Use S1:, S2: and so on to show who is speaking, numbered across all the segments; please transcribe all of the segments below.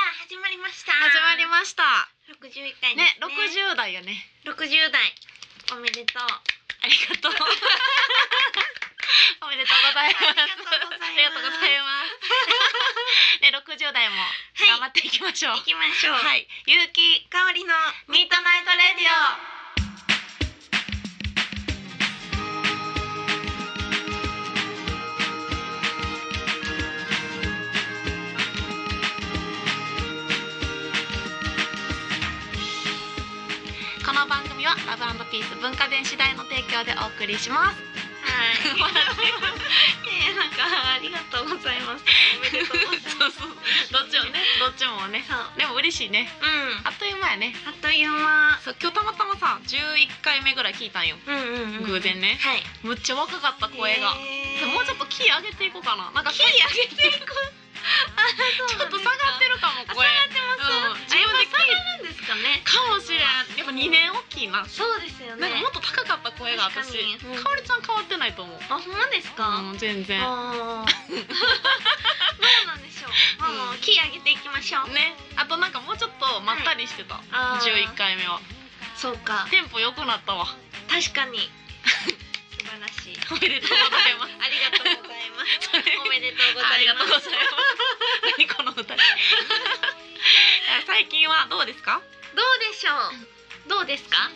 S1: ました。
S2: 始まりました
S1: 六十一回で
S2: ね
S1: すね。
S2: 60代よね
S1: 六十代おめでとう。
S2: ありが とうおめでとうございま
S1: あ
S2: すあ
S1: り
S2: り
S1: が
S2: が
S1: と
S2: と
S1: う
S2: う
S1: ご
S2: ご
S1: ざ
S2: ざ
S1: い
S2: いますね60代 も頑張
S1: はい。
S2: っていきましょう
S1: 行きましょう。
S2: はい、ゆうき
S1: 香りの
S2: ミッドナイトレディオこの番組はラブピース文化電子代の提供でお送りし
S1: は
S2: ます
S1: い。えー、なんかありがとうございます。おめでとうございます。
S2: そうそうどっちもね。どっちもね
S1: そう。
S2: でも嬉しいね
S1: うん。
S2: あっという間やね
S1: あっという間。
S2: そう今日たまたまさ11回目ぐらい聞いたんよ
S1: うんうんうん。
S2: 偶然ね
S1: はい。
S2: むっちゃ若かった声が、
S1: えー
S2: もうちょっとキー上げていこうかななんか
S1: キー上げていこう。あ、
S2: ち
S1: そう
S2: ょ
S1: な
S2: っ
S1: んで
S2: と
S1: す
S2: 下
S1: か
S2: がってるかも
S1: あ下
S2: 声
S1: がってます。
S2: うん自分で
S1: あやっぱ下がるんですかね。
S2: かもしれんやっぱ2年大きいななんか
S1: そうですよね。
S2: もっと高かった声が私
S1: 確かにうん
S2: かおりちゃん変わってないと思う
S1: あ、ほんまですか。
S2: うん全然
S1: あー どうなんでしょう。まあまあ、
S2: うん
S1: キー上げていきましょう。
S2: ねあとなんかもうちょっとまったりしてた、
S1: あー
S2: 11。回目は
S1: そうか。
S2: テンポ良くなったわ
S1: 確かに。素晴らしい。
S2: おめでとうございます
S1: ありがとうございます。
S2: それ
S1: おめでとうござ
S2: あり
S1: い
S2: がとう
S1: ま
S2: ご
S1: す。
S2: ざいます。何この歌。最近はどうですか。
S1: どうでしょう。どうですか。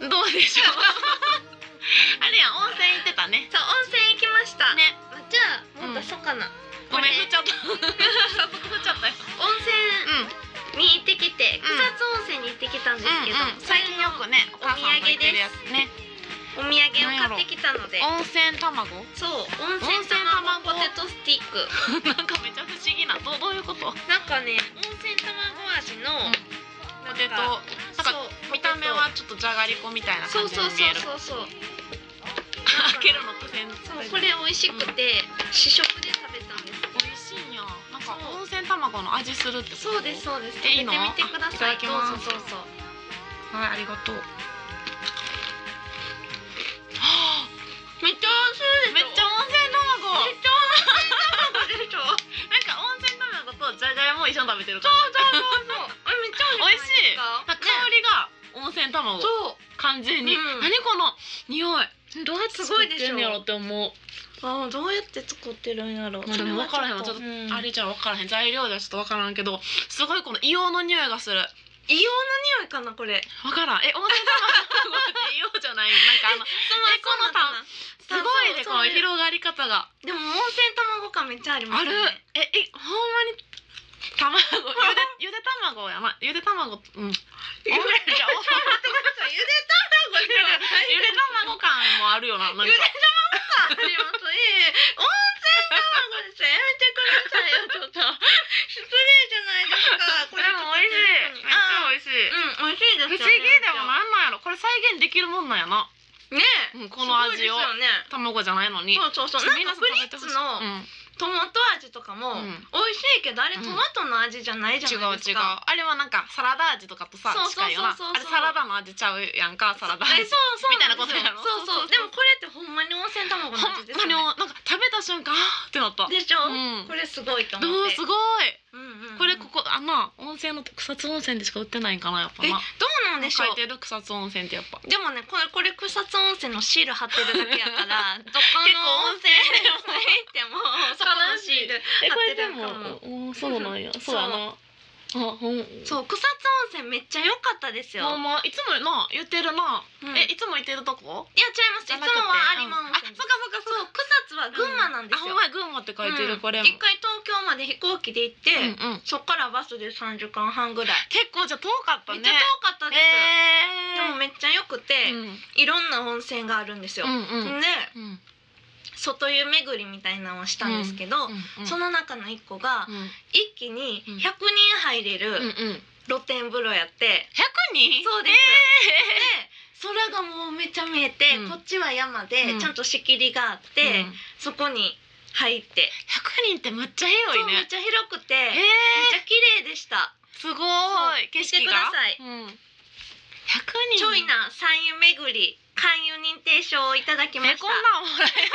S2: どうでしょう。 あれやん、温泉行ってたね。
S1: そう、温泉行きました。
S2: ね、
S1: じゃあ、もう出そうかな。
S2: ごめん、振っちゃった。早速振っちゃったよ。
S1: 温泉
S2: うん、
S1: に行ってきて、
S2: うん
S1: 草津温泉に行ってきたんですけど、
S2: 最近よくね、お母さんと行ってるやつね。
S1: お土産を買ってきたので。
S2: 温泉卵。
S1: そう、温泉卵ポテトスティック。
S2: なんかめちゃ不思議な、どう、どういうこと。
S1: なんかね、温泉卵味の、
S2: うんポテト。
S1: なんか
S2: なんか
S1: そう
S2: 見た目はちょっとじゃがりこみたいな
S1: そ
S2: 感
S1: う
S2: じ
S1: そ
S2: に
S1: う
S2: 見える。
S1: そうそうそう。
S2: 開けるのと全然。
S1: そうこれ美味しくて試食で食べたんです。
S2: 美味しいんや。なんか温泉卵の味するってこと。
S1: そうですそうです。
S2: えいいの
S1: 食べてみてください。
S2: いただきます
S1: そうそうそう。
S2: はい、ありがとう。はあ、めっちゃ美味しい。めっちゃ温泉卵。
S1: めっ
S2: ちゃ
S1: そうでしょ。そう
S2: なんか温泉卵とじゃがいもを一緒に食べてる感
S1: そうそうそう。あめっちゃ
S2: じ。美味しい。なんか香
S1: 美味しい。
S2: りが温泉卵。
S1: そう。
S2: 完全に。
S1: うん
S2: 何この匂い。
S1: どうやって作って
S2: 作
S1: ん
S2: って
S1: の
S2: んや
S1: や
S2: ろ
S1: ろ
S2: って思う。
S1: あーどうやって作ってるんやろ。
S2: まあでも分からへんわちょっと
S1: うん
S2: あれじゃ分からへん。材料じゃちょっと分からんけど、すごいこの硫黄の匂いがする。
S1: 硫黄の匂いかなこれ。
S2: 分からん。え、温泉卵って硫黄じゃ ない。 なんかあのえこのたすごいね
S1: そ
S2: こ
S1: う
S2: の
S1: そう
S2: 広がり方が。
S1: でも温泉卵感めっちゃありま
S2: あ
S1: す
S2: る
S1: ね。
S2: ええほんまに卵ゆでゆで卵やなゆで卵うん
S1: ゆで
S2: あれじゃあ
S1: ゆで卵じゃない。
S2: ゆで卵感もあるよななんか
S1: ゆであります。いえいえ、温泉卵です。やめてくださいよ、ちょっと。失礼じゃない ですか。これ
S2: めっちゃ
S1: 美味しい。
S2: 美味しい
S1: うん、美味しい
S2: 不
S1: で
S2: 思
S1: すよ、ね。
S2: 議でもなんなんやろこれ再現できるもんなんやな、
S1: ねえ。
S2: うん、この味を
S1: すごいです
S2: 卵じゃないのに
S1: よね。そうそうそう。
S2: ちょ
S1: な
S2: っと
S1: ん
S2: み
S1: か
S2: さ
S1: フリッ
S2: 食べてほ
S1: ツ
S2: しい
S1: の
S2: うん
S1: トマト味とかも
S2: うん
S1: 美味しいけど、あれトマトの味じゃないじゃ
S2: 違
S1: な
S2: う
S1: いです
S2: 違う
S1: か。
S2: あれはなんかサラダ味とかとさ
S1: そうそう
S2: 近いよなあ
S1: そうそう
S2: れサラダの味ちゃうやんかサラダ
S1: え
S2: 味
S1: そうそう
S2: みたいなことやろ
S1: そうそう
S2: そうそうそう
S1: でもこれってほんまに温泉卵の
S2: ほんま
S1: 味
S2: に
S1: ですよね
S2: なんか食べた瞬間あーってなった
S1: でしょ、
S2: うん
S1: これすごいと思
S2: ど
S1: っ
S2: う
S1: て
S2: すごい
S1: うんうんうん
S2: これここあな温泉の草津温泉でしか売ってないんかなやっぱ
S1: えど
S2: な
S1: うなんでしょう
S2: 書いてる草津温泉ってやっ ぱ
S1: でもねこれこれ草津温泉のシール貼ってるだけやから どこの温泉でも行ってもそこのシール
S2: え
S1: 貼
S2: こ
S1: っ
S2: れ
S1: て
S2: で
S1: るかも
S2: もおおそうなんやそうやなあほん
S1: そう草津温泉めっちゃ良かったですよ、
S2: ほんまいつもな言ってるな、
S1: うん
S2: えいつも行ってるとこ
S1: いや違いますいつ
S2: じゃ
S1: も
S2: なくて
S1: は有馬温泉
S2: うんあ
S1: です、そうかそうかそう草津は群馬なんです
S2: あほん
S1: よ、
S2: まや群馬って書いてる、
S1: うん
S2: これも
S1: 一回東京まで飛行機で行って、
S2: うんうん
S1: そっからバスで3時間半ぐらい
S2: 結構じゃ遠かった
S1: め
S2: ね
S1: っちゃ遠かったです、
S2: え
S1: でもめっちゃ良くて、
S2: うん
S1: いろんな温泉があるんですよ、
S2: うんうんうん
S1: で外湯巡りみたいなのをしたんですけど、
S2: うん
S1: その中の一個が、
S2: うんうん
S1: 一気に
S2: う
S1: 100
S2: ん
S1: 人入れ
S2: うん
S1: る露天風呂やって、
S2: 100人
S1: そうです、で
S2: え
S1: 空がもうめちゃ見えて、
S2: うん
S1: こっちは山で、
S2: うん
S1: ちゃんと仕切りがあっ
S2: ー
S1: て、
S2: うん100
S1: そこに入って、
S2: 人ってむっちゃ
S1: そう
S2: 広い
S1: めっ
S2: ね
S1: ちゃ広くて、めっ
S2: え
S1: ち
S2: ー
S1: ゃ綺麗でした、
S2: す
S1: そ
S2: ご
S1: う
S2: い景色が
S1: 見てください
S2: うん、100人
S1: ちょいな山湯巡り勧誘認定証をいただきま
S2: え
S1: した
S2: こんなんもらえる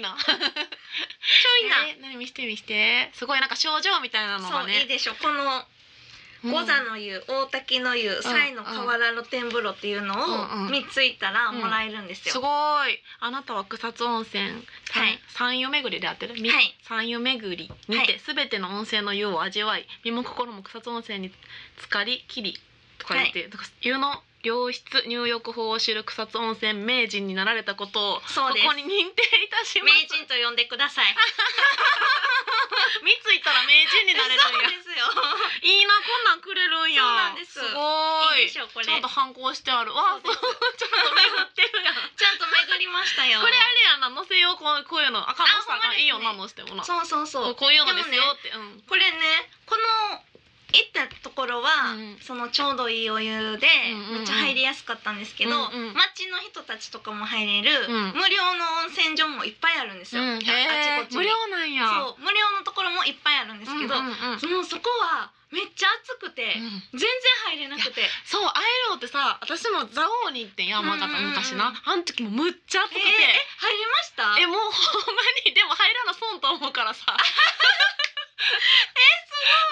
S2: のちょいな
S1: ちょいな、
S2: えー何見せして見してすごいなんか症状みたいなの
S1: そ
S2: が
S1: ういい
S2: ね
S1: でしょこの五座の湯、大滝の湯、西の河原露天風呂っていうの
S2: うんう
S1: を
S2: ん
S1: 見ついたらもらえるんです
S2: す
S1: よ。
S2: ごいあなたは草津温泉
S1: はい
S2: 三湯巡りであってる、み
S1: はい
S2: 三湯巡りに
S1: は
S2: て
S1: い
S2: すべての温泉の湯を味わい身も心も草津温泉に浸かりきりとか言って、なんか湯の良質入浴法を知る草津温泉名人になられたことを
S1: そうです
S2: ここに認定いたしま
S1: 名
S2: す
S1: 人と呼んでください。
S2: 三井たら名人になれ
S1: そう
S2: るんや
S1: ですよ。
S2: いいなこんなんくれるんや
S1: そうなんです
S2: ごー
S1: いい
S2: い
S1: でしょうこれ。
S2: ちゃんと反抗してあるわ
S1: そうです
S2: そう ちゃんと巡ってるやん
S1: ちゃんと巡りましたよ。
S2: これあれやな載せようこうこういうの赤のさ
S1: あほんま
S2: が
S1: ですね
S2: いいよなのしてもなこ
S1: そうそうそう
S2: う。こういうのですよって、うん
S1: これねこの行ったところは、
S2: うん
S1: そのちょうどいいお湯で
S2: うんうんうん
S1: めっちゃ入りやすかったんですけど、
S2: うんうん
S1: 町の人たちとかも入れる、
S2: うん
S1: 無料の温泉所もいっぱいあるんですよ、ああち
S2: へ
S1: こ
S2: ー
S1: ちに
S2: 無料なんや
S1: そう無料のところもいっぱいあるんですけど、
S2: うんうんうん
S1: もうそこはめっちゃ暑くて、
S2: うん
S1: 全然入れなくて
S2: そうアイローってさ私も蔵王に行ってん山形
S1: うんうんうん
S2: 昔なあの時もむっちゃ暑
S1: え
S2: くて
S1: ーえ入れました
S2: えもうほんまにでも入らな損と思うからさ えす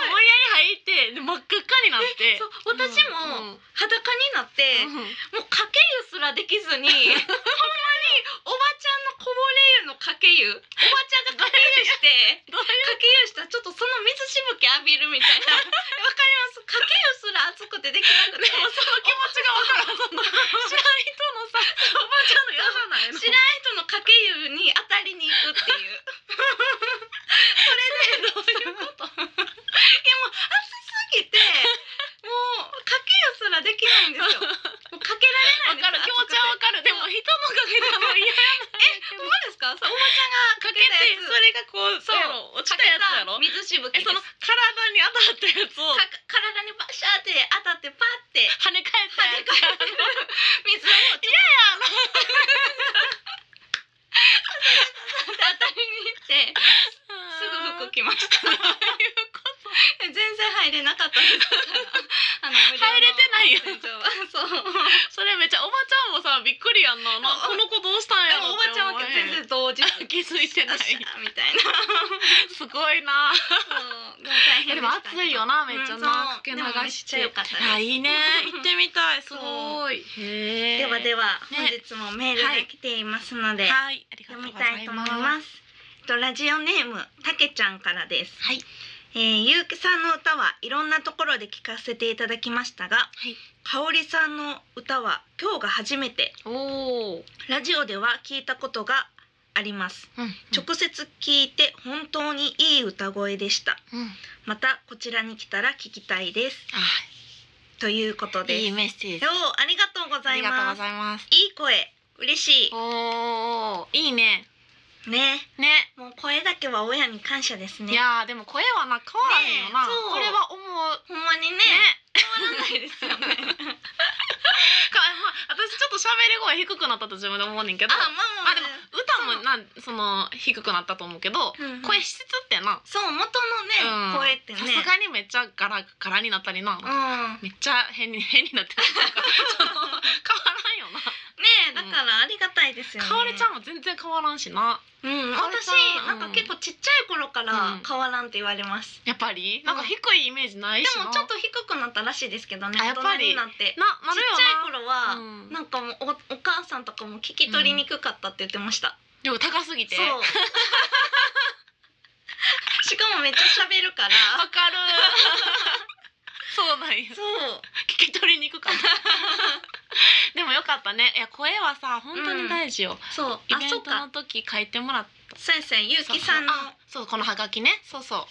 S2: ごい無理やり入ってで真っ赤っかになって
S1: そう私
S2: うん
S1: も
S2: うん
S1: 裸になって、
S2: うん
S1: もうかけ湯すらできず にほんまにおばちゃんのこぼれ湯のかけ湯おばちゃんがかけ湯して
S2: どういう
S1: かけ湯したらちょっとその水しぶき浴びるみた いなわかりますかけ湯すら熱くてできなくて
S2: でもその気持ちがわからんそ んな知らん人のさおばちゃんの嫌じゃないの
S1: 知らん人のかけ湯に当たりに行くっていうそれでどういうこといやもう暑すぎてもうかけ湯すらできな いんですよもうかけられ
S2: わか
S1: ないんで
S2: る
S1: す
S2: 気
S1: よ
S2: 持ちはわかるでも人のかけたの嫌や
S1: 暑くてどうですかそうおばちゃんが
S2: か
S1: か
S2: け
S1: け
S2: て
S1: たやつ
S2: それがこう
S1: そう
S2: やろ落ちたやつやろ
S1: 水しぶ
S2: え
S1: き
S2: その
S1: です
S2: 体に当たったやつを
S1: か体にバシャーって当たってパッて
S2: 跳ね返った
S1: 跳
S2: や
S1: ね
S2: つ
S1: 返る水をちょ っと当たりに行ってすぐ服
S2: 着
S1: 着ま した全然入れなかったですからあの無料の
S2: 入れてないよ
S1: 温泉場はそう
S2: それめっちゃおばちゃんもさびっくりやん ななこの子どうしたん
S1: で
S2: や
S1: もお
S2: ろ
S1: ばちゃんは全然同 時
S2: 然気づいてない
S1: みたいな
S2: すごいな
S1: そうでも大変
S2: でも暑いよなめっちゃなかけ流
S1: で
S2: して
S1: もめっちゃ良かったです
S2: あいいね行ってみたいす
S1: そう
S2: ごいへ
S1: ではで
S2: は
S1: は本
S2: ね
S1: 日もメールが来ていますので、
S2: はいありがと
S1: 読み
S2: うご
S1: た
S2: ざ
S1: い
S2: い
S1: と思
S2: ま
S1: い
S2: す
S1: ます。えっとラジオネームたけちゃんからです。
S2: はい
S1: えー、ゆうきさんの歌はいろんなところで聞かせていただきましたが、
S2: はい
S1: かおりさんの歌は今日が初めて
S2: おお
S1: ラジオでは聞いたことがあります。直接聞いて本当にいい歌声でした。
S2: うん
S1: またこちらに来たら聞きたいです。
S2: あ
S1: ということです。
S2: いいメッセージ
S1: おーありがとうご
S2: あ
S1: ざい
S2: りがとう
S1: ま
S2: ご
S1: す。
S2: ざいます
S1: いい声嬉し
S2: おおいいね
S1: いね。
S2: ね
S1: もう声だけは親に感謝ですね。
S2: いやーでも声はな変わらへんよな、
S1: ねえそう
S2: これは思う
S1: ほんまにね
S2: ね
S1: 変わら ないですよ ね。
S2: かまあ私ちょっと喋り声低くなったと自分で思うねんけど
S1: あ、
S2: ま
S1: ま
S2: あ
S1: あまあ、
S2: でも歌もなその低くなったと思うけど、
S1: うん
S2: 声質ってな、
S1: そう元のね、
S2: うん
S1: 声ってね。
S2: さすがにめっちゃガラガラになったりな、
S1: うん、ね
S2: めっちゃ変に変になってるっていうかその変わらんよな、
S1: えだからありがたいですよね。
S2: かおりちゃんは全然変わらんしな
S1: うん、
S2: かおり
S1: 私
S2: ちゃ
S1: なんんか結構ちっちゃい頃から
S2: うん
S1: 変わらんって言われます。
S2: やっぱりなんか低いイメージない
S1: で
S2: しな、
S1: もちょっと低くなったらしいですけどね。
S2: あやっぱ
S1: 大人に
S2: り
S1: なって。ちっ
S2: なな
S1: ち
S2: るよな
S1: ゃい頃は、
S2: うん
S1: なんかもうおお母さんとかも聞き取りにくかったって言ってました。
S2: でも高すぎて
S1: そう。しかもめっちゃ喋る から。
S2: わかるそうなん や
S1: そう。
S2: 聞き取りに くかったでもよかったねいや声はさ本当に大事よ、
S1: そう。
S2: イ
S1: あ、
S2: ベ
S1: そ
S2: ン
S1: う
S2: トの
S1: か。
S2: 時書いてもらっ
S1: 先生、ゆう
S2: た
S1: きさんの
S2: あそうこのハガキねそうそう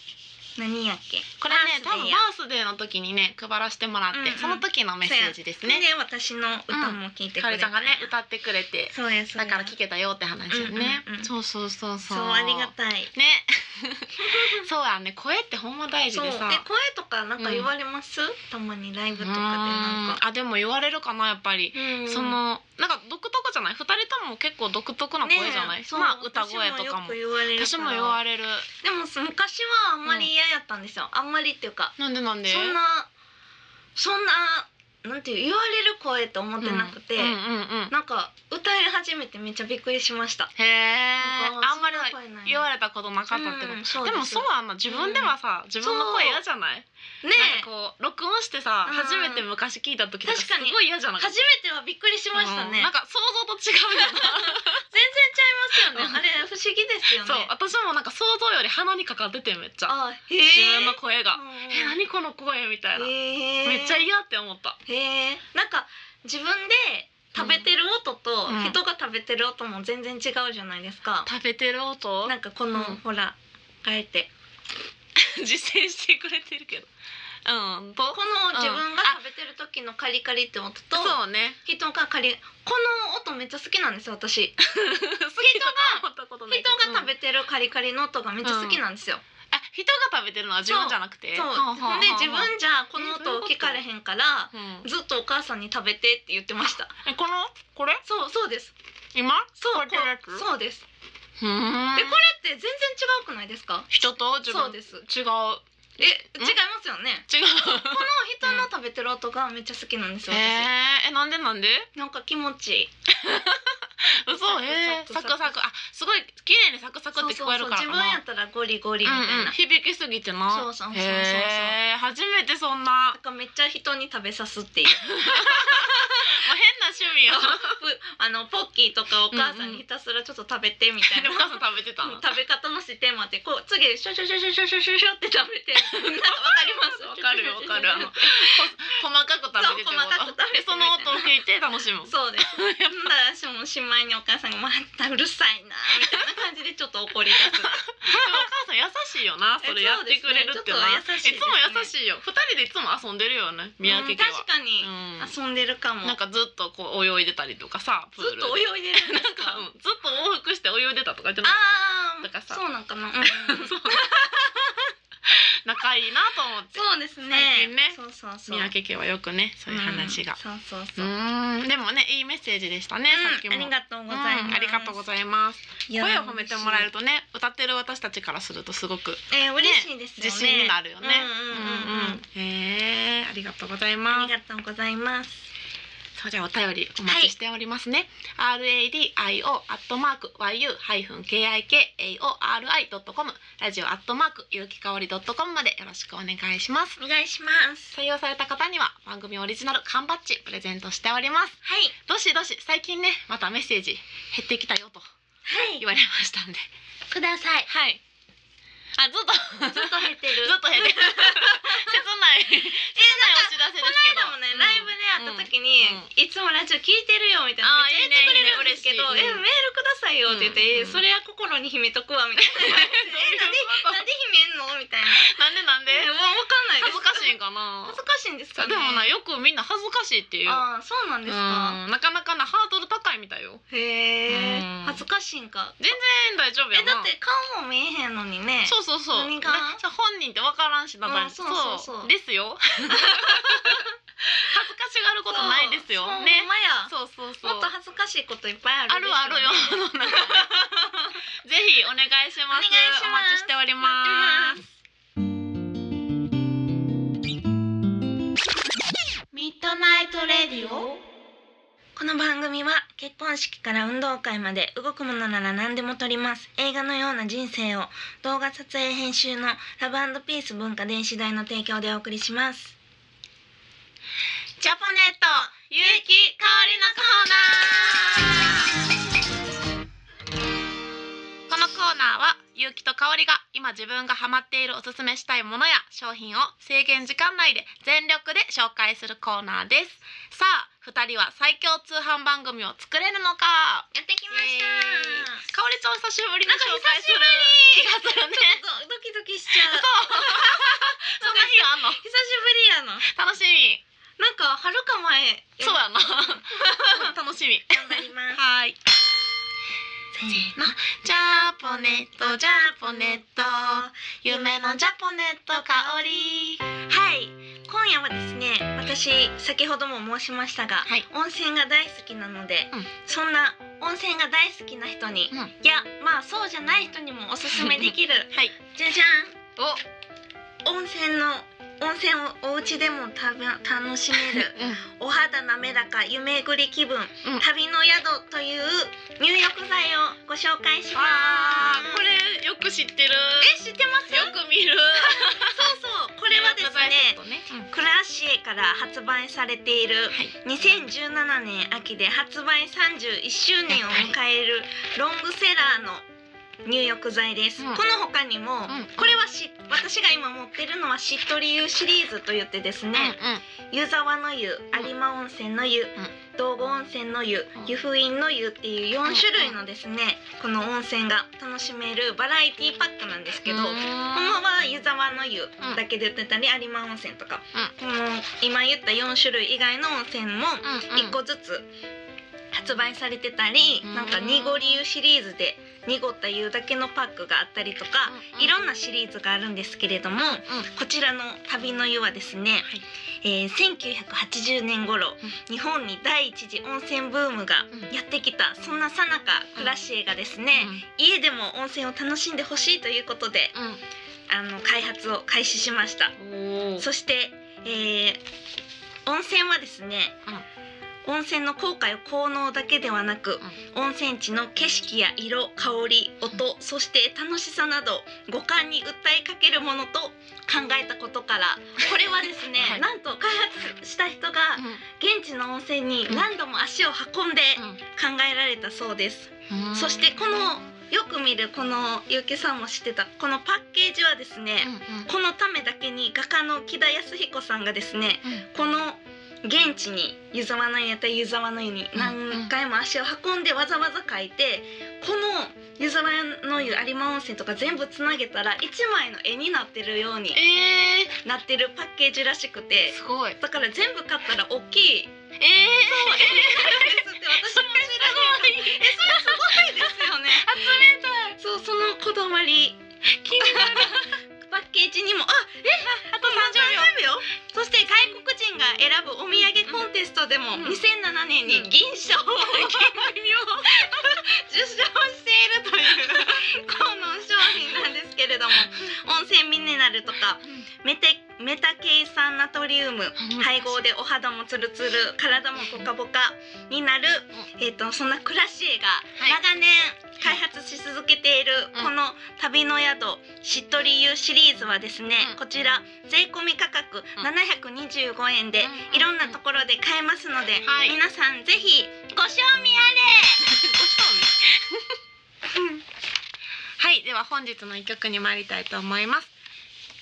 S1: 何やっけ。
S2: これね
S1: バ
S2: 多
S1: ースデー
S2: 分
S1: や
S2: バースデーの時にね配らせてもらって、
S1: うんうん
S2: その時のメッセージです
S1: ね
S2: ね
S1: 私の歌も聞いてく
S2: かお
S1: れ
S2: り
S1: たよ
S2: ちゃんがね歌ってくれて
S1: そうやそう
S2: だ
S1: や
S2: から聞けたよって話よね、
S1: うんうんうん
S2: そうそうそうそ
S1: そう
S2: う
S1: ありがたい
S2: ね そうやんね声ってほんま大事
S1: そう
S2: で
S1: え
S2: さ
S1: 声とかなんか言われます、たまにライブとかで
S2: う
S1: なんんか
S2: あでも言われるかなやっぱり
S1: うん
S2: そのなんか独特じゃない二人とも結構独特な
S1: ね
S2: 声じゃない、
S1: えそう
S2: まあ歌声とか
S1: 私もよ
S2: も
S1: く言われるから
S2: 私も言われる
S1: でもす昔はあんまり嫌やったんですよ、あんまりっていうか
S2: なんでなんで
S1: そんなそんななんていう言われる声と思ってなくて、
S2: うんうんうん
S1: なんか歌い始めてめっちゃびっくりしました。
S2: へえあんまり
S1: そな声なんや
S2: 言われたことなかったってこと、
S1: うんそう
S2: で
S1: です
S2: もそうあんな自分ではさ、自分の声嫌じゃない
S1: ね
S2: なん
S1: え
S2: かこう録音してさ、
S1: うん
S2: 初めて昔聞いた時とかす
S1: 確かに
S2: ごい嫌じゃない
S1: 初めてはびっくりしましたね。
S2: なんか想像と違うよな
S1: 全然ちゃいますよね。
S2: うん
S1: あれ不思議ですよね。
S2: そう私もなんか想像より鼻にかかっててめっちゃ
S1: あへえ。
S2: 自分の声が「え
S1: うん
S2: 何この声」みたいな、
S1: へえ
S2: めっちゃ嫌って思った
S1: へえなんか自分で食べてる音と
S2: うん
S1: 人が食べてる音も全然違うじゃないですか、
S2: 食べてる音
S1: なんかこの、
S2: うん
S1: ほらあえて
S2: 実践してくれてるけどうんと
S1: この自分が食べてる時のカリカリって音と、
S2: そうね
S1: 人がカリこの音めっちゃ好きなんですよ私
S2: 好 きとか思ったことないけど
S1: 人が食
S2: うん
S1: べてるカリカリの音がめっちゃ好きなんですよ、
S2: あ人が食べてるのは自分じゃなくて
S1: そう、
S2: はあはあはあ
S1: で自分じゃこの音を聞かれへんから
S2: うん
S1: ずっとお母さんに食べてって言ってました
S2: えこのこれ
S1: そうそうです
S2: 今
S1: そう
S2: こうやってるやつ
S1: こうそうです
S2: うーん
S1: でこれって全然違うくないですか
S2: 人と自
S1: そう
S2: 分
S1: です
S2: 違う
S1: え違いますよね
S2: 違う
S1: この人の食べてる音がめっちゃ好きなんですよ、私
S2: えー、えなんでなんで
S1: なんか気持ちいい
S2: 嘘えー、
S1: サ
S2: サ
S1: クサク
S2: クサクあすごい綺麗にサクサクって聞こえるから
S1: そうそうそう自分やったらゴリゴリみたいな、
S2: うんうん、響きすぎてな
S1: そうそうそうそうそう
S2: へー初めてそんな
S1: なんかめっちゃ人に食べさすっていう
S2: まあ変な趣味よ
S1: あのポッキーとかお母さんにひたすらちょっと食べてみたい
S2: で
S1: な、
S2: お母さん食べてた
S1: う
S2: の
S1: ん食べ方の視点もあってこう次シュシュシュシュシュシュシュシュって食べてなんかわかります
S2: わかるよわかるあのこ細かく食べてても
S1: そう細かく食べて
S2: でその音を聞いて楽しむ
S1: そうですほんだら私もしまいにお母さんが「またうるさいな」みたいな感じでちょっと怒り出す
S2: でもお母さん優しいよなそれやってくれるってな、
S1: えそうですね
S2: い
S1: ち
S2: つ
S1: ょっ
S2: も
S1: と
S2: 優
S1: 優し
S2: しいよ二人でいつも遊んでるよね三宅
S1: うん
S2: 家は
S1: 確、かに、
S2: うん
S1: 遊んでるかも
S2: なんかずっとこう泳いでたりとかさプ
S1: ず
S2: ール
S1: っと泳いでるんですか
S2: なんか、うんずっと往復して泳いでたとか言ってな
S1: ああ
S2: とかさ
S1: そうなんかな、うんうん
S2: そう仲いいなと思って
S1: そうですね
S2: 最近ね
S1: そうそうそう
S2: 三宅家はよくねそういう話が、
S1: うんそうそう
S2: う
S1: そう、うん
S2: んでもねいいメッセージでしたね、さっきも
S1: ありがとうございます、
S2: うんありがとうございます
S1: いや
S2: 声を褒めてもらえるとね歌ってる私たちからするとすごく
S1: えー、嬉しいですよね
S2: 自信になるよね
S1: うんうんうんうん、
S2: うんうんへえありがとうござい
S1: あ
S2: ま
S1: り
S2: す
S1: がとうございます
S2: そうじゃあお便りお待ちしておりますね、RADIO アットマーク YU-KIKAORI.com ラジオアットマーク有機香り .com までよろしくお願いします
S1: お願いします
S2: 採用された方には番組オリジナル缶バッジプレゼントしております
S1: はい
S2: どしどし最近ねまたメッセージ減ってきたよと
S1: はい
S2: 言われましたんで
S1: くだ さい
S2: はいあずっと
S1: ずっと減ってる
S2: ずっと 減ってる切ない切ないお知らせですけど
S1: この間もね、ライブで会った時に、
S2: うん
S1: いつもラジオ聞いてるよみたい
S2: あ
S1: な
S2: ー
S1: めっちゃ言ってくれるんですけど
S2: いいねいいね
S1: えメールくださいよって言って、
S2: うん
S1: えそれは心に秘めとくわみたいな えなんでなんで秘めんのみたいな
S2: なんでなんで
S1: えわわかんないで
S2: 恥
S1: す
S2: ずかしい
S1: い
S2: んかな
S1: 恥ずかしいんですかね
S2: でもなよくみんな恥ずかしいっていう
S1: あーそうなんですか、
S2: うんなかなかなハードル高いみたいよ
S1: へえ
S2: うん
S1: 恥ずかしいんか
S2: 全然大丈夫や
S1: えだ
S2: な
S1: って顔も見えへんのにね
S2: そうそうそう
S1: 何が
S2: なじゃあ本人って分からんしな
S1: うん
S2: だ
S1: そうそうそう
S2: そうですよ 恥ずかしがることないですよ
S1: そう
S2: ね
S1: ほんまや
S2: そうそうそう
S1: もっと恥ずかしいこといっぱいあ
S2: あ
S1: るで
S2: る
S1: しょ
S2: あ るよ世の中ぜひお願いします
S1: お願いします
S2: お待ちしております
S1: ミッドナイトレディオこの番組は結婚式から運動会まで動くものなら何でも撮ります映画のような人生を動画撮影編集のラブピース文化電子代の提供でお送りしますジャポネット有機香りのコーナー
S2: このコーナーは勇気と香りが今自分がハマっているおすすめしたいものや商品を制限時間内で全力で紹介するコーナーですさあ二人は最強通販番組を作れるのか
S1: やってきまし
S2: イエーイ
S1: た
S2: 香りちゃん久しぶり
S1: な
S2: に
S1: んか
S2: 紹介する気がするね
S1: ドドキドキしちゃう
S2: そんな日あんの
S1: 久しぶりやな
S2: 楽しみ
S1: なんかはるか前
S2: そう やな楽しみ
S1: 頑張りま
S2: はい
S1: す
S2: のジャポネットジャポネット
S1: 夢のジャポネット香りはい今夜はですね私先ほども申しましたが、
S2: はい
S1: 温泉が大好きなので、
S2: うん
S1: そんな温泉が大好きな人に、
S2: うんはい
S1: やまあそうじゃない人にもおすすめできるじゃじゃん温泉の温泉をお家でも食べ楽しめるお肌なめらか夢ぐり気分、
S2: うん
S1: 旅の宿という入浴剤をご紹介しま
S2: あ
S1: す
S2: ーこれよく知ってる
S1: え知ってます
S2: よく見る
S1: そうそうこれはですね
S2: ね、うん
S1: クラシエから発売されている
S2: はい
S1: 2017年秋で発売31周年を迎えるロングセラーの入浴剤です、
S2: うん
S1: この他にも、
S2: ん
S1: これはし私が今持ってるのはしっとり湯シリーズと言ってですね、湯沢の湯有馬温泉の湯、道後温泉の湯、湯布院の湯っていう4種類のですね、この温泉が楽しめるバラエティパックなんですけど、
S2: うん
S1: ほんまは湯沢の湯だけで売ってたり、有馬温泉とか、この今言った4種類以外の温泉も
S2: うん
S1: 1個ずつ発売されてたり、
S2: うん
S1: なんか濁り湯シリーズで濁った湯だけのパックがあったりとか、
S2: うんうん
S1: いろんなシリーズがあるんですけれども、こちらの旅の湯はですね、えー1980年頃、日本に第一次温泉ブームが
S2: うん
S1: やってきた、そんなさなかクラシエがですね、家でも温泉を楽しんでほしいということであの開発を開始しました。
S2: うんうん
S1: そして、えー温泉はですね、温泉の効果や効能だけではなく、温泉地の景色や色香り音そして楽しさなど五感に訴えかけるものと考えたこと からこれはですね、
S2: はい
S1: なんと開発した人が現地の温泉に何度も足を運んで考えられたそうです。
S2: うんうん
S1: そしてこのよく見るこのゆうけさんも知ってたこのパッケージはですね、
S2: うんうん
S1: このためだけに画家の木田康彦さんがですね
S2: うん
S1: この現地に湯沢の湯やったら湯沢の湯に何回も足を運んでわざわざ書いてこの湯沢の湯有馬温泉とか全部つなげたら一枚の絵になってるように
S2: え
S1: なってるパッケージらしくて
S2: ー、すごい
S1: だから全部買ったら大きい
S2: えー、
S1: ですって私も知らないえそれすごいですよねそ
S2: 集めたい
S1: うそのこだわ り
S2: 気になる
S1: パッケージにもあ
S2: あと30秒
S1: 秒そして外国人が選ぶお土産コンテストでも
S2: うん
S1: 2007年に銀賞を受賞しているというこの商品なんですけれども温泉ミネラルとかメテメタケイ酸ナトリウム配合でお肌もツルツル体もポカポカになる、えー、とそんなクラシエが
S2: はい
S1: 長年開発し続けている
S2: うん
S1: この「旅の宿しっとり湯」シリーズはですね、
S2: うん
S1: こちら税込み価格725円で
S2: うん
S1: いろんなところで買えますので、
S2: はい
S1: 皆さんぜひご賞味
S2: はい、では本日の一曲に参りたいと思います。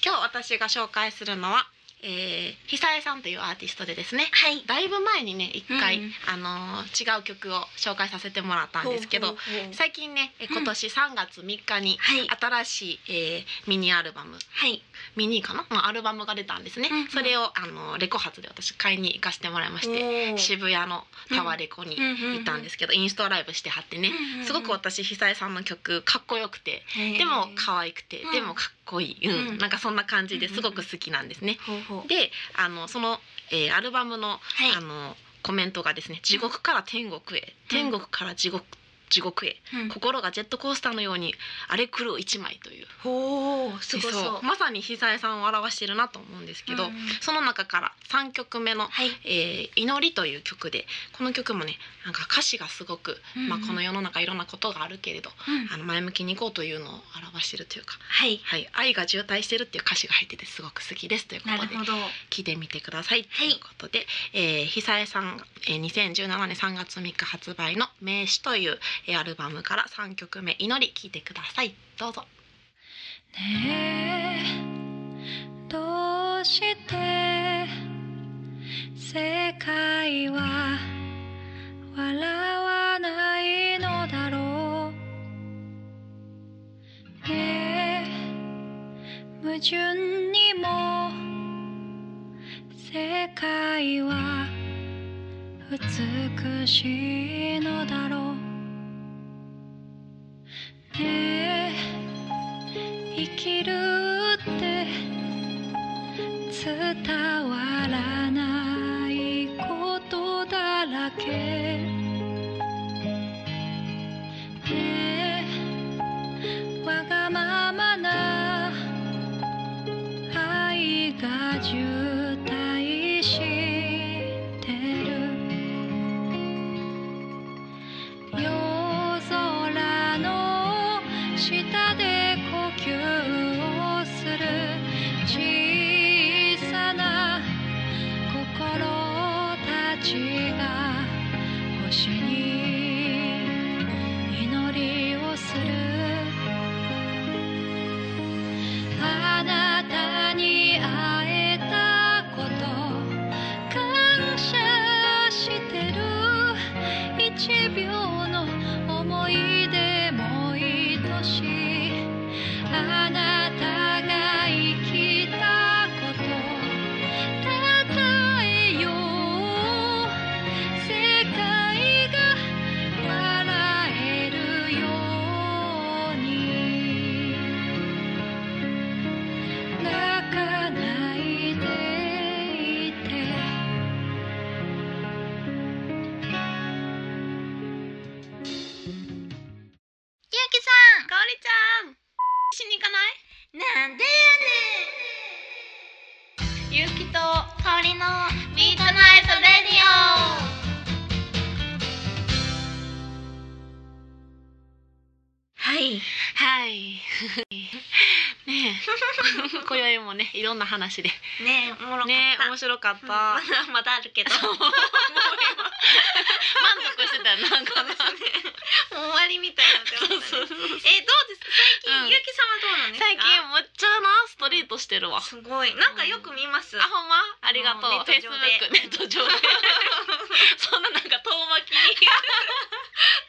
S2: 今日私が紹介するのは、えー、久江さんというアーティストでですね。
S1: あれはい
S2: だいぶ前にね、一回、
S1: うん
S2: あのー違う曲を紹介させてもらったんですけど、
S1: ほうほうほう
S2: 最近ね、え
S1: うん
S2: 今年3月3日に
S1: はい
S2: 新しい、えーミニアルバム
S1: はい
S2: ミニかな、まあ、アルバムが出たんですね、
S1: うんうん
S2: それをあのレコ発で私買いに行かせてもらいまして渋谷のタワレコに行ったんですすけど、インストライブしてはってね、すごく私久江さんの曲かっこよくてで
S1: で
S2: も可愛くて、
S1: うん
S2: でもかっこいい、うん
S1: うん
S2: なんかそんな感じで
S1: うんうん
S2: すごく好きなんですね。
S1: ほうほう
S2: であのその、えーアルバムの,、
S1: はい
S2: あのコメントがですね「地獄から天国へ天国から地獄地獄へ
S1: うん
S2: 心がジェットコースターのように荒れ狂う一枚」という
S1: ほうすごそう
S2: まさに久江さんを表してるなと思うんですけど、
S1: うん
S2: その中から3曲目の
S1: はい、
S2: 「えー祈り」という曲でこの曲もねなんか歌詞がすごく、まあ、この
S1: よ、
S2: 世の中いろんなことがあるけれど
S1: うん
S2: あの前向きに行こうというのを表してるというか、
S1: はい
S2: はい、愛が渋滞してるっていう歌詞が入っててすごく好きですというこ
S1: な
S2: と
S1: る
S2: で
S1: ほど
S2: 聞いてみてくださいということで、えー久江さんが、えー2017年3月3日発売の「名詞」というえーアルバムから3曲目「祈り」聞いてくださいどうぞ。
S3: ねえどうして世界は笑わないのだろうねえ矛盾にも世界は美しいのだろうねえ生きるって伝わらないことだらけねえわがままな愛が渋渋滞してる夜空の下で呼吸をする小さな心たちが星に祈りをするあなたに会えたこと感謝してる一秒の思い出も愛しいあなたが生きたことたえよう世界が笑えるように「泣かないでいて」
S1: ゆうきさんかおりちゃん
S2: しに行か
S1: な
S2: ない
S1: んで
S2: ゆうきと
S1: やねんかおりの
S2: ミートナイトレディオ
S1: はい
S2: はい。 ねえ、 今宵もね、いろんな話で。
S1: ねえおもろかった、
S2: ねえ、面白かった。満
S1: うんまだまだあるけど もう
S2: 足してたよ、なんかな。
S1: 終わりみたいになってましたねえどうです最近、
S2: うん
S1: ゆうきさんはどうなんですか
S2: 最近めっちゃな、ストリートしてるわ。
S1: すごいなんかよく見ます、
S2: あ、ほんま、ありがとう。
S1: もう
S2: フ
S1: ネッ
S2: ェイス
S1: ト
S2: ブ
S1: 上
S2: ック、ネット上で。 そんななんか遠巻きに、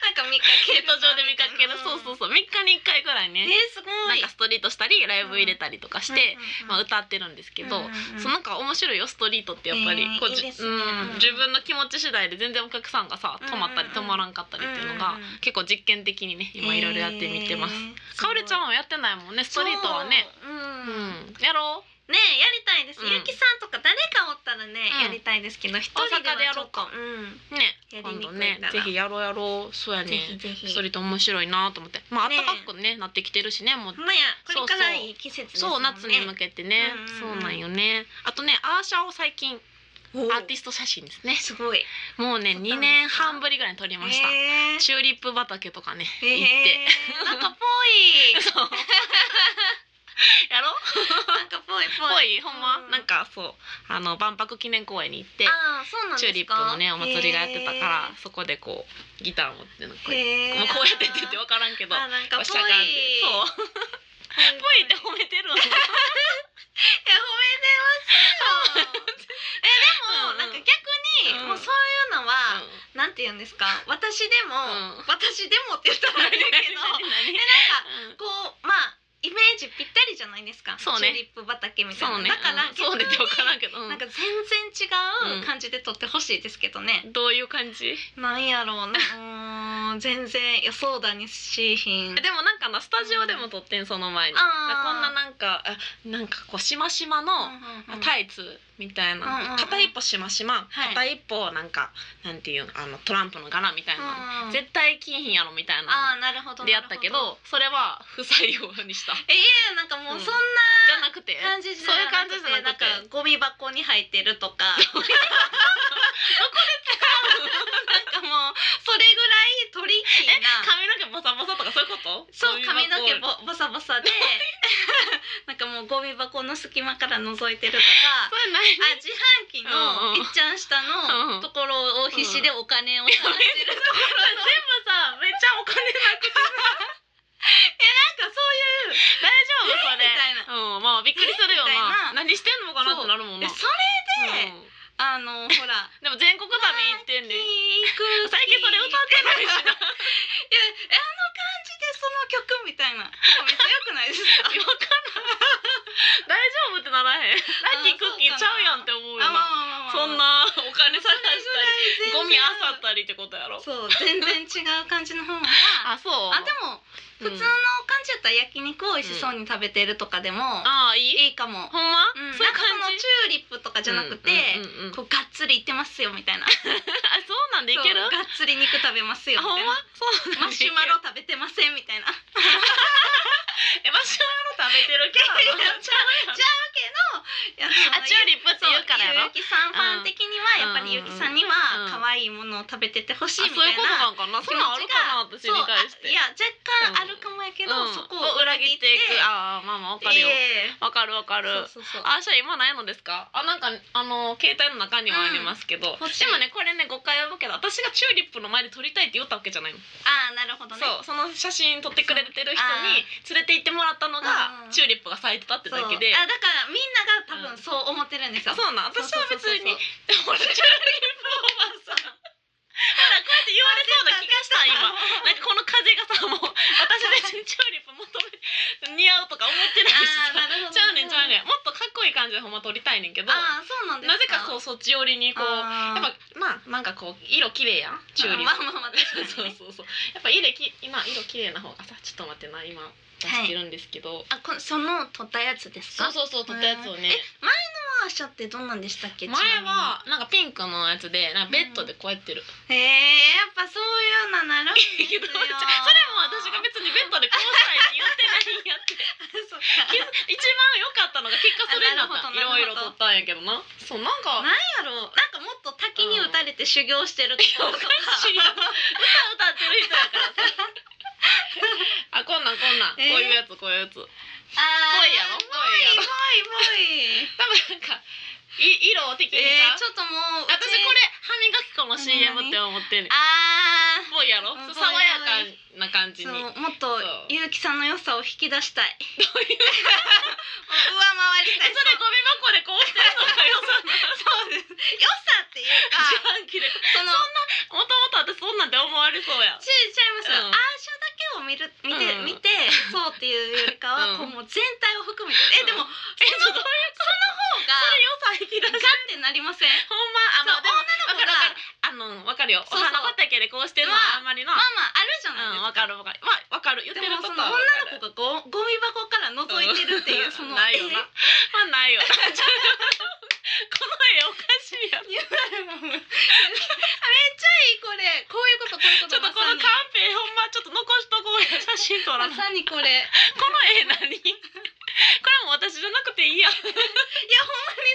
S1: なんか見か
S2: ネ
S1: け
S2: ット上で見かける。そうそう
S1: う
S2: そう、三日に一回ぐらい
S1: えー
S2: ね。、
S1: すご
S2: なん
S1: い
S2: かストリートしたり、ライブ入れたりとかして、まあ
S1: だ
S2: 歌ってるんですけど。そ
S1: の
S2: のか面白いよストリートってやっぱり、
S1: えー
S2: こう
S1: いい
S2: じ
S1: ですね
S2: うん
S1: うん
S2: 自分の気持ち次第で全然お客さんがさ
S1: うんうん
S2: 止まったり止まらんかったりっていうのが、
S1: うんうん
S2: 結構実験的にね今いろいろやってみてます。かおるちゃん
S1: は
S2: はやってないもんねストリートはね。
S1: そう
S2: う
S1: うん
S2: ん、やろう
S1: ねえやりたいです、
S2: うん
S1: ゆきさんとか誰かおったらね、
S2: うん
S1: やりたいですけど一人
S2: 大阪でや
S1: はち
S2: ろ
S1: ょ
S2: う
S1: っと
S2: か
S1: うん
S2: ね
S1: やり
S2: 今
S1: にく
S2: 度
S1: い
S2: ね
S1: なら
S2: ぜひやろうやろうそうや
S1: ぜ
S2: ね
S1: ひぜひ
S2: ストリート面白いなと思ってまあ
S1: ね
S2: 暖かくねなってきてるしねもう
S1: ほんまやこれからいい季節ですも
S2: そうん
S1: ね
S2: 夏に向けてね、
S1: うんうんうん
S2: そうなんよねあとねアーシャを最近アーティ
S1: ス
S2: スト写真ですね
S1: すごい
S2: もうね
S1: 撮ったんですか
S2: 2年半ぶりぐらいに撮りました、
S1: え
S2: チューリップ畑とかね、
S1: ーえーなんかぽい
S2: 行っ て そうやろ
S1: なんかぽいぽ
S2: ぽ
S1: い
S2: いほんま、
S1: うん
S2: なんかそうあの万博記念公園に行って
S1: ああそうなんですか
S2: チューリップのねお祭りがやってたから、そこでこうギター持ってなんかこう,、
S1: へー
S2: まあ、こうやってって言って分からんけど
S1: あなんかぽい
S2: こうしゃがんでそうぽいって褒めて るの
S1: え褒めてますよえでも、 なん
S2: うん
S1: か逆に、も
S2: うん
S1: うそういうのは、なんて言うんですか私でも、
S2: うん
S1: 私でもって言ったらあれだけどえ なんかこうまあイメージぴったりじゃないですか
S2: そうね
S1: チューリップ畑みたい
S2: そ
S1: な、
S2: うね
S1: だから
S2: うんそうねって分からんけど、うん
S1: なんか全然違う感じで撮ってほしいですけどね、
S2: どういう感じ
S1: なんやろうなうーん全然予想だにしひん
S2: でもなんかなスタジオでも撮ってんその前にだからこんな
S1: あ
S2: なんかあなんかこうしましまの、
S1: ーうんうんうん
S2: タイツみたいな、
S1: うんうん
S2: 片一歩しましま、
S1: はい
S2: 片一歩なんかなんていうんあのトランプの柄みたいな、
S1: うんうん
S2: 絶対金品やろみたい
S1: あ
S2: な
S1: ーなるほど
S2: でやったけ
S1: なるほ
S2: どそれは不採用にしたじ
S1: えいやなんかもうそんな
S2: ゃなくて
S1: 感じじ
S2: そう
S1: ゃ
S2: いう
S1: な
S2: 感
S1: くて
S2: じじゃなくて
S1: なんかゴミ箱に入ってるとか どこで使うのなんかもうそれぐらいトリッキーな
S2: 髪の毛ボサボサとかそういうこと
S1: そう髪の毛
S2: ボ
S1: ボボサボサで なんかもうゴミ箱の隙間から覗いてると
S2: そ
S1: か
S2: れない
S1: あ自販機
S2: うん
S1: の
S2: うん
S1: いっちゃん下
S2: う
S1: の
S2: ん
S1: ところを必死でお金を探してるところ
S2: 全部さめっちゃお金なく
S1: な
S2: て
S1: んかそういう
S2: 大丈夫そ
S1: み
S2: れ
S1: たい
S2: うんまあびっくりするよな
S1: みた
S2: 何してんのかなってなる もん
S1: え
S2: な
S1: それで
S2: うん
S1: あのほら
S2: でも全国旅行ってん
S1: 最
S2: で
S1: 近
S2: 最近それ歌ってないしな
S1: いやえあの感じでその曲みたいなめっちゃ良くないですか
S2: い やわかんない大丈夫ってならへんラッキークッキーちゃうやんって思うよな
S1: あまあまあまあまあ
S2: そんなお金探し
S1: それ
S2: たり
S1: ぐらい全然
S2: ゴミ漁ったりってことやろ
S1: そう全然違う感じの方があ
S2: あそう
S1: でも普通の感じやったら焼肉美味しそうに食べてるとかでも
S2: ああいい
S1: いいかも、
S2: ほんま
S1: うんなん
S2: そういう
S1: かその
S2: 感
S1: チ
S2: じ
S1: ューリップとかじゃなくて、
S2: うんうんうんうん
S1: こうがっつりいってますよみたいな
S2: あそうなんでいける
S1: そうがっつり肉食べますよ
S2: あ
S1: み
S2: ほ
S1: た
S2: ん
S1: い
S2: ま
S1: な
S2: そうなん
S1: マ
S2: でい
S1: シ
S2: け
S1: ュ
S2: る
S1: マロ食べてませんみた いな
S2: えマシュマロ食べてるキャラな
S1: い
S2: の
S1: やいや
S2: ちゃうやん
S1: えや
S2: あチューリップって言うからやろ
S1: ゆうきさんファン的にはやっぱりゆうきさんには
S2: うん
S1: 可愛いものを食べててほし
S2: そう
S1: い
S2: いう
S1: み
S2: こ
S1: たいな
S2: となんかなそんなんあるかな私に対し
S1: そうあ
S2: て
S1: いや若干あ
S2: うん
S1: るかもやけど、
S2: うん
S1: そこを裏切って
S2: いくああまあまあわかるよ
S1: ええ
S2: わかるわかる
S1: そうそうそう
S2: あじゃあ今ないのですかあなんかあの携帯の中にはありますけど、
S1: うん欲しい
S2: でもねこれね誤解を受けた私がチューリップの前で撮りたいって言ったわけじゃないの
S1: ああなるほどね
S2: そうその写真撮ってくれてる人に連れて行ってもらったの
S1: あ
S2: が
S1: ー
S2: チューリップが咲いてたってだけで
S1: そうあだからみんなが多
S2: うん
S1: 分そう思ってるんです
S2: そ
S1: よ、
S2: うなん私は別に
S1: そう
S2: でも 俺チューリップおばさんほらこうやって言われそうな気がした今 なんかこの風がさもう私別にチューリップ求め似合うとか思ってないし
S1: あー
S2: さ
S1: なるほど
S2: ちゃうねんちゃうねんもっとかっこいい感じでほんま撮りたいねんけどな
S1: ああそうなんです
S2: ぜかこう
S1: う
S2: そっち寄りにこうやっぱまあなんかこう色綺麗やんチューリッ
S1: ま
S2: プ
S1: あまあまあ確かに
S2: そうそうそうやっぱ色き今色綺麗な方がさちょっと待ってな今出してるんですけど、
S1: あこその撮ったやつですか
S2: そうそうそう撮ったやつをね
S1: えマーシャってどんなんでしたっけ
S2: 前はなんかピンクのやつでなんかベッドでこうやってる、
S1: ちなみにへえやっぱそういうの なるんです
S2: け
S1: よ
S2: ど それも私が別にベッドでこうしたいって言ってないんやって
S1: そうか
S2: 気づ 一番良かったのが結果それになった
S1: あ
S2: いろ
S1: ないる
S2: ろ
S1: ほど
S2: 撮ったんやけどなそうなんか
S1: なんやろうなんかもっと滝に打たれて修行してるところとか
S2: 知り合い歌歌ってる人やからさ あこんなんこんなん、
S1: えー
S2: こういうやつこういうやつ
S1: あー
S2: 恋やろ
S1: ぽい
S2: 恋やろ 多分なんかい色的
S1: ぽいぽい
S2: に
S1: えー、ち
S2: さ、
S1: ょっともう
S2: 私これ歯磨き粉の CM って思ってんねん
S1: あー
S2: ぽいやろ
S1: うん
S2: そう爽やかな感じ
S1: そう
S2: に
S1: もっと
S2: そう
S1: ゆうきさんの良さを引き出したい。 上回り
S2: え
S1: たい。
S2: それゴミ箱でこうしてるのかよそんな
S1: そうです。良さっていう か、
S2: 自販機で
S1: その
S2: もともと私そんなんで思われそうや
S1: ちちゃいますよ。
S2: う
S1: アー
S2: ん
S1: シャだけを見る見て、
S2: うん
S1: 見てそうっていうよりかは、
S2: うん
S1: こうもう全体を含めてえでも
S2: うん
S1: その方が
S2: それ良さ引き
S1: ガ
S2: 出し
S1: ってなりません。
S2: ほんまあまあでも
S1: そう
S2: わかるわか
S1: 女の子が
S2: るあのわかるよお
S1: そうそう
S2: 花畑でこうしてるのはあんまりな
S1: まあまああるじゃ
S2: うん、
S1: ないですか。
S2: わかるわかる。まあ、わかる。言っ
S1: で
S2: てる
S1: も
S2: こ
S1: そ
S2: と
S1: の
S2: は
S1: 女
S2: わか
S1: の子
S2: る。
S1: がゴゴミ箱から覗いてるっていうその
S2: ないよな。
S1: え
S2: まあ、 ないよな。ちょこの絵おかしいやん。ちょ
S1: いやあ めっちゃいいこれこういうことこういうこと
S2: っとこのカンペ、ほんま、ちょっと残しとこうや。写真 撮ら
S1: ま
S2: な。この
S1: さにこれいや
S2: 絵何こ れも私じゃなくていいやん。
S1: ほんまに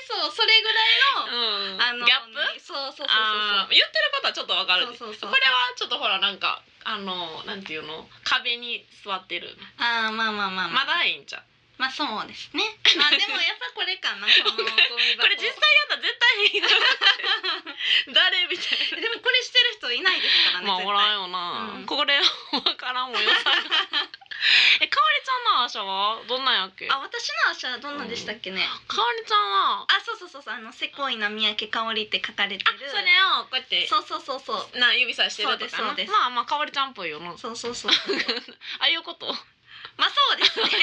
S1: そうそれぐらいの、
S2: うん。
S1: あの
S2: ギャップ
S1: そうそうそう
S2: あー言ってることはちょっとわかるで。
S1: そうそうそうそう
S2: これはちょっとほら、なんか、あの、なんていうの壁に座ってる。
S1: ああまあまあまあま
S2: ま
S1: あ
S2: だいいんちゃう
S1: まあそうです ねまあでもやっぱこれかなこのゴミ箱
S2: これ実際やったら絶対いいの 誰みたいな。
S1: でもこれしてる人いないですからね
S2: まあおらんよな、
S1: うん
S2: これわからんもんよ えかおりちゃんのアーシャはどんなんやっけ
S1: 絶対あ
S2: か
S1: 私の足はどんなでしたっけね、
S2: おりちゃんはあ
S1: あそうそうそうそうあの「せこいな三宅香り」って書かれてる
S2: それをこうやって
S1: そうそうそうそう
S2: な指さしてるとかな
S1: そうですそうです
S2: まあまあかおりちゃんっぽいよなあ
S1: そうそうそう そう
S2: あいうこと
S1: まあそうです ね。いや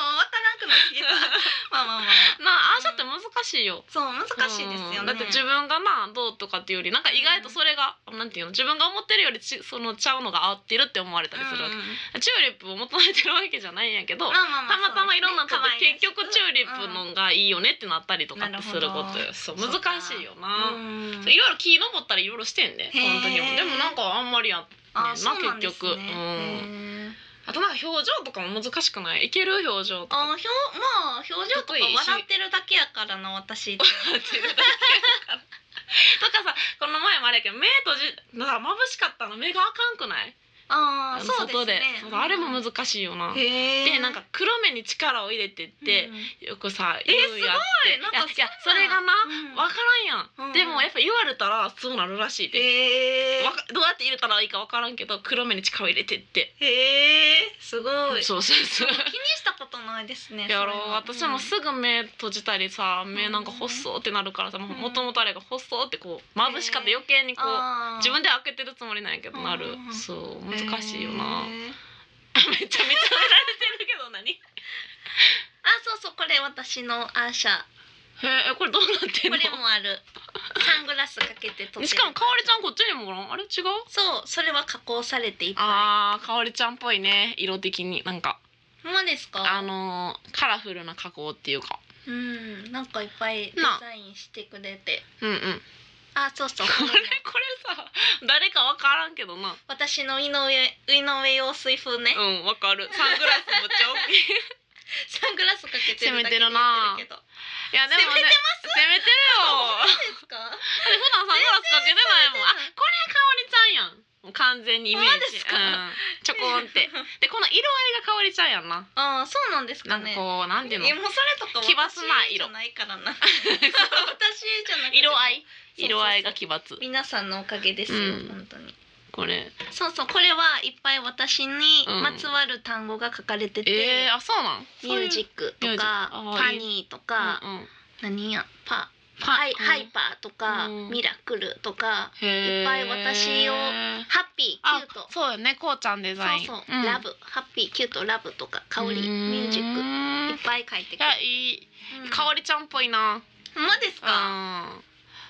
S1: もうわからなくなってきた。まあまあまあまあ。
S2: なあアーシャって難しいよ
S1: そう難しいですよ
S2: うん
S1: ね。
S2: だって自分がなどうとかっていうよりなんか意外とそれが、なんていうの自分が思ってるよりちそのちゃうのが合ってるって思われたりするわけ、
S1: うん
S2: チューリップを求めてるわけじゃないんやけど、
S1: まあまあま
S2: た
S1: あ。
S2: またまいろんなとこで結局チューリップ
S1: うん。
S2: のがいいよねってなったりとかってすることよそう難しいよな、そういろいろ木登ったりいろいろしてんで、ね、この時も
S1: へー
S2: でもなんかあんまりやん
S1: あ
S2: ねんな
S1: そうなんですね
S2: 結局うん
S1: へー
S2: あとなんか表情とかも難しくないいける表情と
S1: あ
S2: か
S1: 表まあ表情とか笑ってるだけやからな私。
S2: 笑ってるだけやから とかさこの前もあれやけど目閉じなんか眩しかったの目があかんくない
S1: ああそうですね。
S2: 外そうあれも難しいよな、
S1: へえ。
S2: でなんか黒目に力を入れてって
S1: う、ん
S2: よくさ
S1: えー
S2: 言うやって
S1: すごいなんか
S2: いやいやそ
S1: そんな
S2: れがな、
S1: うん
S2: わからんやん、
S1: うん
S2: でもやっぱ言われたらそうなるらしいで、
S1: へえ
S2: わ。かどうやって入れたらいいかわからんけど黒目に力を入れてって
S1: へえすごい。
S2: そうそう そう
S1: 気にしたことないですね。
S2: やろ
S1: そうういうの
S2: 私もすぐ目閉じたりさ目なんか細ってなるからさ
S1: ん
S2: もともとあれが細ってこう眩しかった余計にこう
S1: あー
S2: 自分で開けてるつもりなんやけどなる
S1: うん
S2: そう難しいよな
S1: へー
S2: め ちゃめちゃめちゃめられてるけど何
S1: あ、そうそう、これ私のアーシャ。
S2: へえこれどうなって
S1: こ
S2: んの
S1: れもある。サングラスかけて撮ってる
S2: しかもかおりちゃんこっちにもおらんあれ違う
S1: そう、それは加工されていっぱ
S2: あーかおりちゃんっぽいね色的になんか
S1: い。ほんまです
S2: あ
S1: か。
S2: のーカラフルな加工っていうか
S1: うん、なんかいっぱいデ
S2: な
S1: ザインしてくれて。
S2: うんうん
S1: あ、そうそう。
S2: こ
S1: こ
S2: れ
S1: れ
S2: これさ誰かわからんけどな
S1: 私の井上、井上陽水風ね。
S2: うんわかるサングラスもちゃ大きい
S1: サングラスかけてるだけ
S2: 攻めてる
S1: 言
S2: な
S1: ってるけど
S2: やでもね攻めてるよ
S1: ですか
S2: だって普段サングラスかけてないもんあこれかおりちゃんやんもう完全にイメー
S1: あ
S2: ジ
S1: ですか
S2: うん、ちょこんってでこの色合いがかおりちゃんやんな
S1: ああそうなんです
S2: な
S1: か
S2: ん
S1: ね
S2: かこうなんていうの
S1: いやもうそれとか
S2: 奇抜な
S1: 私じ
S2: 色
S1: ゃないからな私じゃなくて
S2: 色合い
S1: そうそうそう
S2: 色合いが奇抜
S1: 皆さんのおかげですよ、
S2: う
S1: 本
S2: ん
S1: 当に
S2: これ
S1: そうそうこれはいっぱい私に
S2: うん
S1: まつわる単語が書かれてて
S2: え、ー、あそうなん
S1: ミュージッ
S2: ク
S1: ク
S2: ミュー
S1: と
S2: ジ
S1: か
S2: ックあー
S1: パ
S2: いい
S1: ニーとか、
S2: うんうん、
S1: 何やパ
S2: パ
S1: ハイ,、
S2: うん
S1: ハイパーとか、
S2: うん
S1: ミラクルとか
S2: へー
S1: いっぱい私をハッピー
S2: あ
S1: キュート
S2: そうよねこうちゃんデザイン
S1: そうそう、
S2: ん
S1: ラブハッピーキュートラブとか香りミュージックいっ
S2: ッ
S1: ぱい書いてく
S2: いやいい香
S1: り、
S2: りちゃんっぽいな
S1: うん、ほんまですか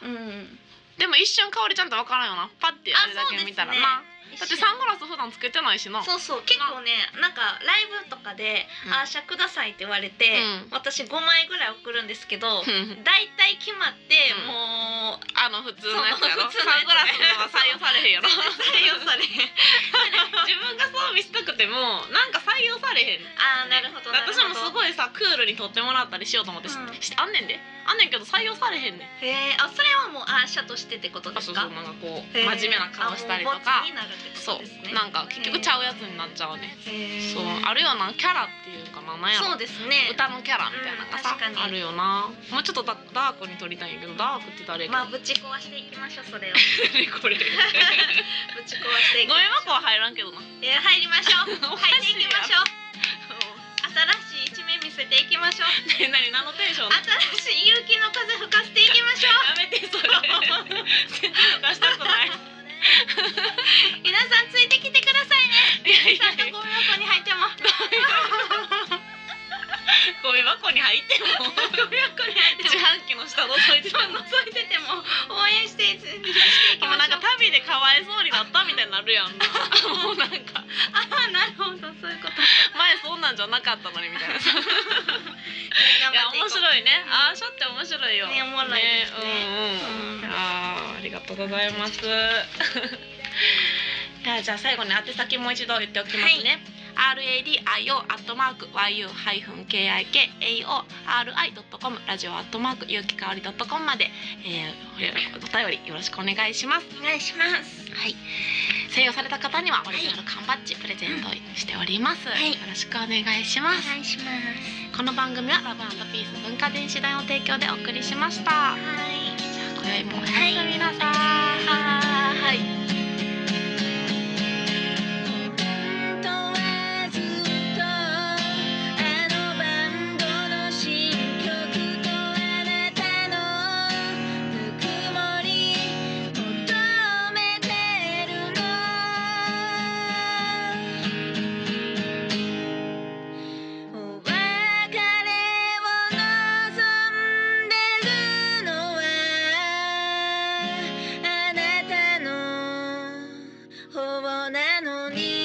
S2: うん
S1: うん
S2: でも一瞬香りちゃんって分からんよなパッてあれだけ見たらな、だってサン
S1: 号
S2: グラス普段つけてないしな
S1: そうそう結構ねなんかライブとかで「
S2: うん
S1: あーしゃください」って言われて、
S2: うん
S1: 私5枚ぐらい送るんですけど、
S2: うん
S1: だいたい決まって、
S2: うん
S1: もう
S2: あの普通のやつやろ
S1: そう普通のやつ
S2: サングラスのは採用されへんやろ
S1: 採用されへん
S2: 自分がそう見せたくてもなんか採用されへん
S1: あーなるほどなるほど
S2: 私もすごいさクールに撮ってもらったりしようと思ってし、
S1: うん
S2: しあんねんであんねんけど採用されへんねん
S1: へえあそれはもうアーシャとしてってことで
S2: あそ
S1: す
S2: うそ
S1: か
S2: うなんかこう
S1: へー
S2: 真面目な顔したりと
S1: あ
S2: か
S1: もうボツになるってこ
S2: そ
S1: とですね
S2: うなんか結局ちゃうやつになっちゃうね
S1: へー
S2: そうあるよなキャラっていうかななんやろ
S1: そうですね
S2: 歌のキャラみたいなのがさ、
S1: うん確かに
S2: あるよなもうちょっとダダークに撮りたいんやけどダークって誰や
S1: まあ
S2: っ
S1: ぶち壊していきましょうそ れを
S2: け、これ
S1: ぶち壊していき
S2: ご
S1: ま
S2: めん
S1: し
S2: 箱
S1: ょう
S2: は入らんけどな
S1: えー入りましょう
S2: お
S1: 入
S2: か
S1: って
S2: し
S1: い
S2: い
S1: き
S2: や
S1: ましょう新しい一面見せていきましょう
S2: 何何何のテンション
S1: 新しい勇気の風吹かせていきましょう
S2: やめてそれ全然出したく ない
S1: 皆さんついてきてくださいね
S2: いやい
S1: ちゃんと
S2: や
S1: ゴミ箱に入っても
S2: ゴミ箱に入っても
S1: ゴミ箱に入って
S2: 自
S1: も
S2: 販機の下覗いて
S1: そう
S2: たの
S1: 覗いてても応援していしていき
S2: で
S1: ま
S2: もなん
S1: しょ
S2: か
S1: う
S2: 旅でかわいそうになったみたいになるやんな もうなんか
S1: ああなるほどそういうこと
S2: 前そんなんじゃなかったのにみたいな
S1: 頑
S2: いや
S1: 張ってい
S2: 面
S1: こう
S2: 白いね。あーショって面白いよ。
S1: ねおもろいですね
S2: うんうん。
S1: うん
S2: あーありがとうござ います。いやじゃあ最後に宛先もう一度言っておきますね。R A D I O アットマーク Y U ハイフン K I K A O R I ドットコムラジオアットマークゆうきかおりドットコムまで、えー、お便りよろしくお願いします。
S1: お願いします
S2: はい。採用された方にはオリジナル缶バッジプレゼントしております。
S1: はい
S2: よろしくお願いし
S1: お
S2: ます。
S1: 願いします
S2: この番組はラブピース文化電子代の提供でお送りしました。
S1: はい
S2: じゃあ今宵もおやすみなさい。はい。
S3: 本当はずっとあのバンドの新曲とあなたのぬくもり求めてるのお別れを望んでるのはあなたの方なのに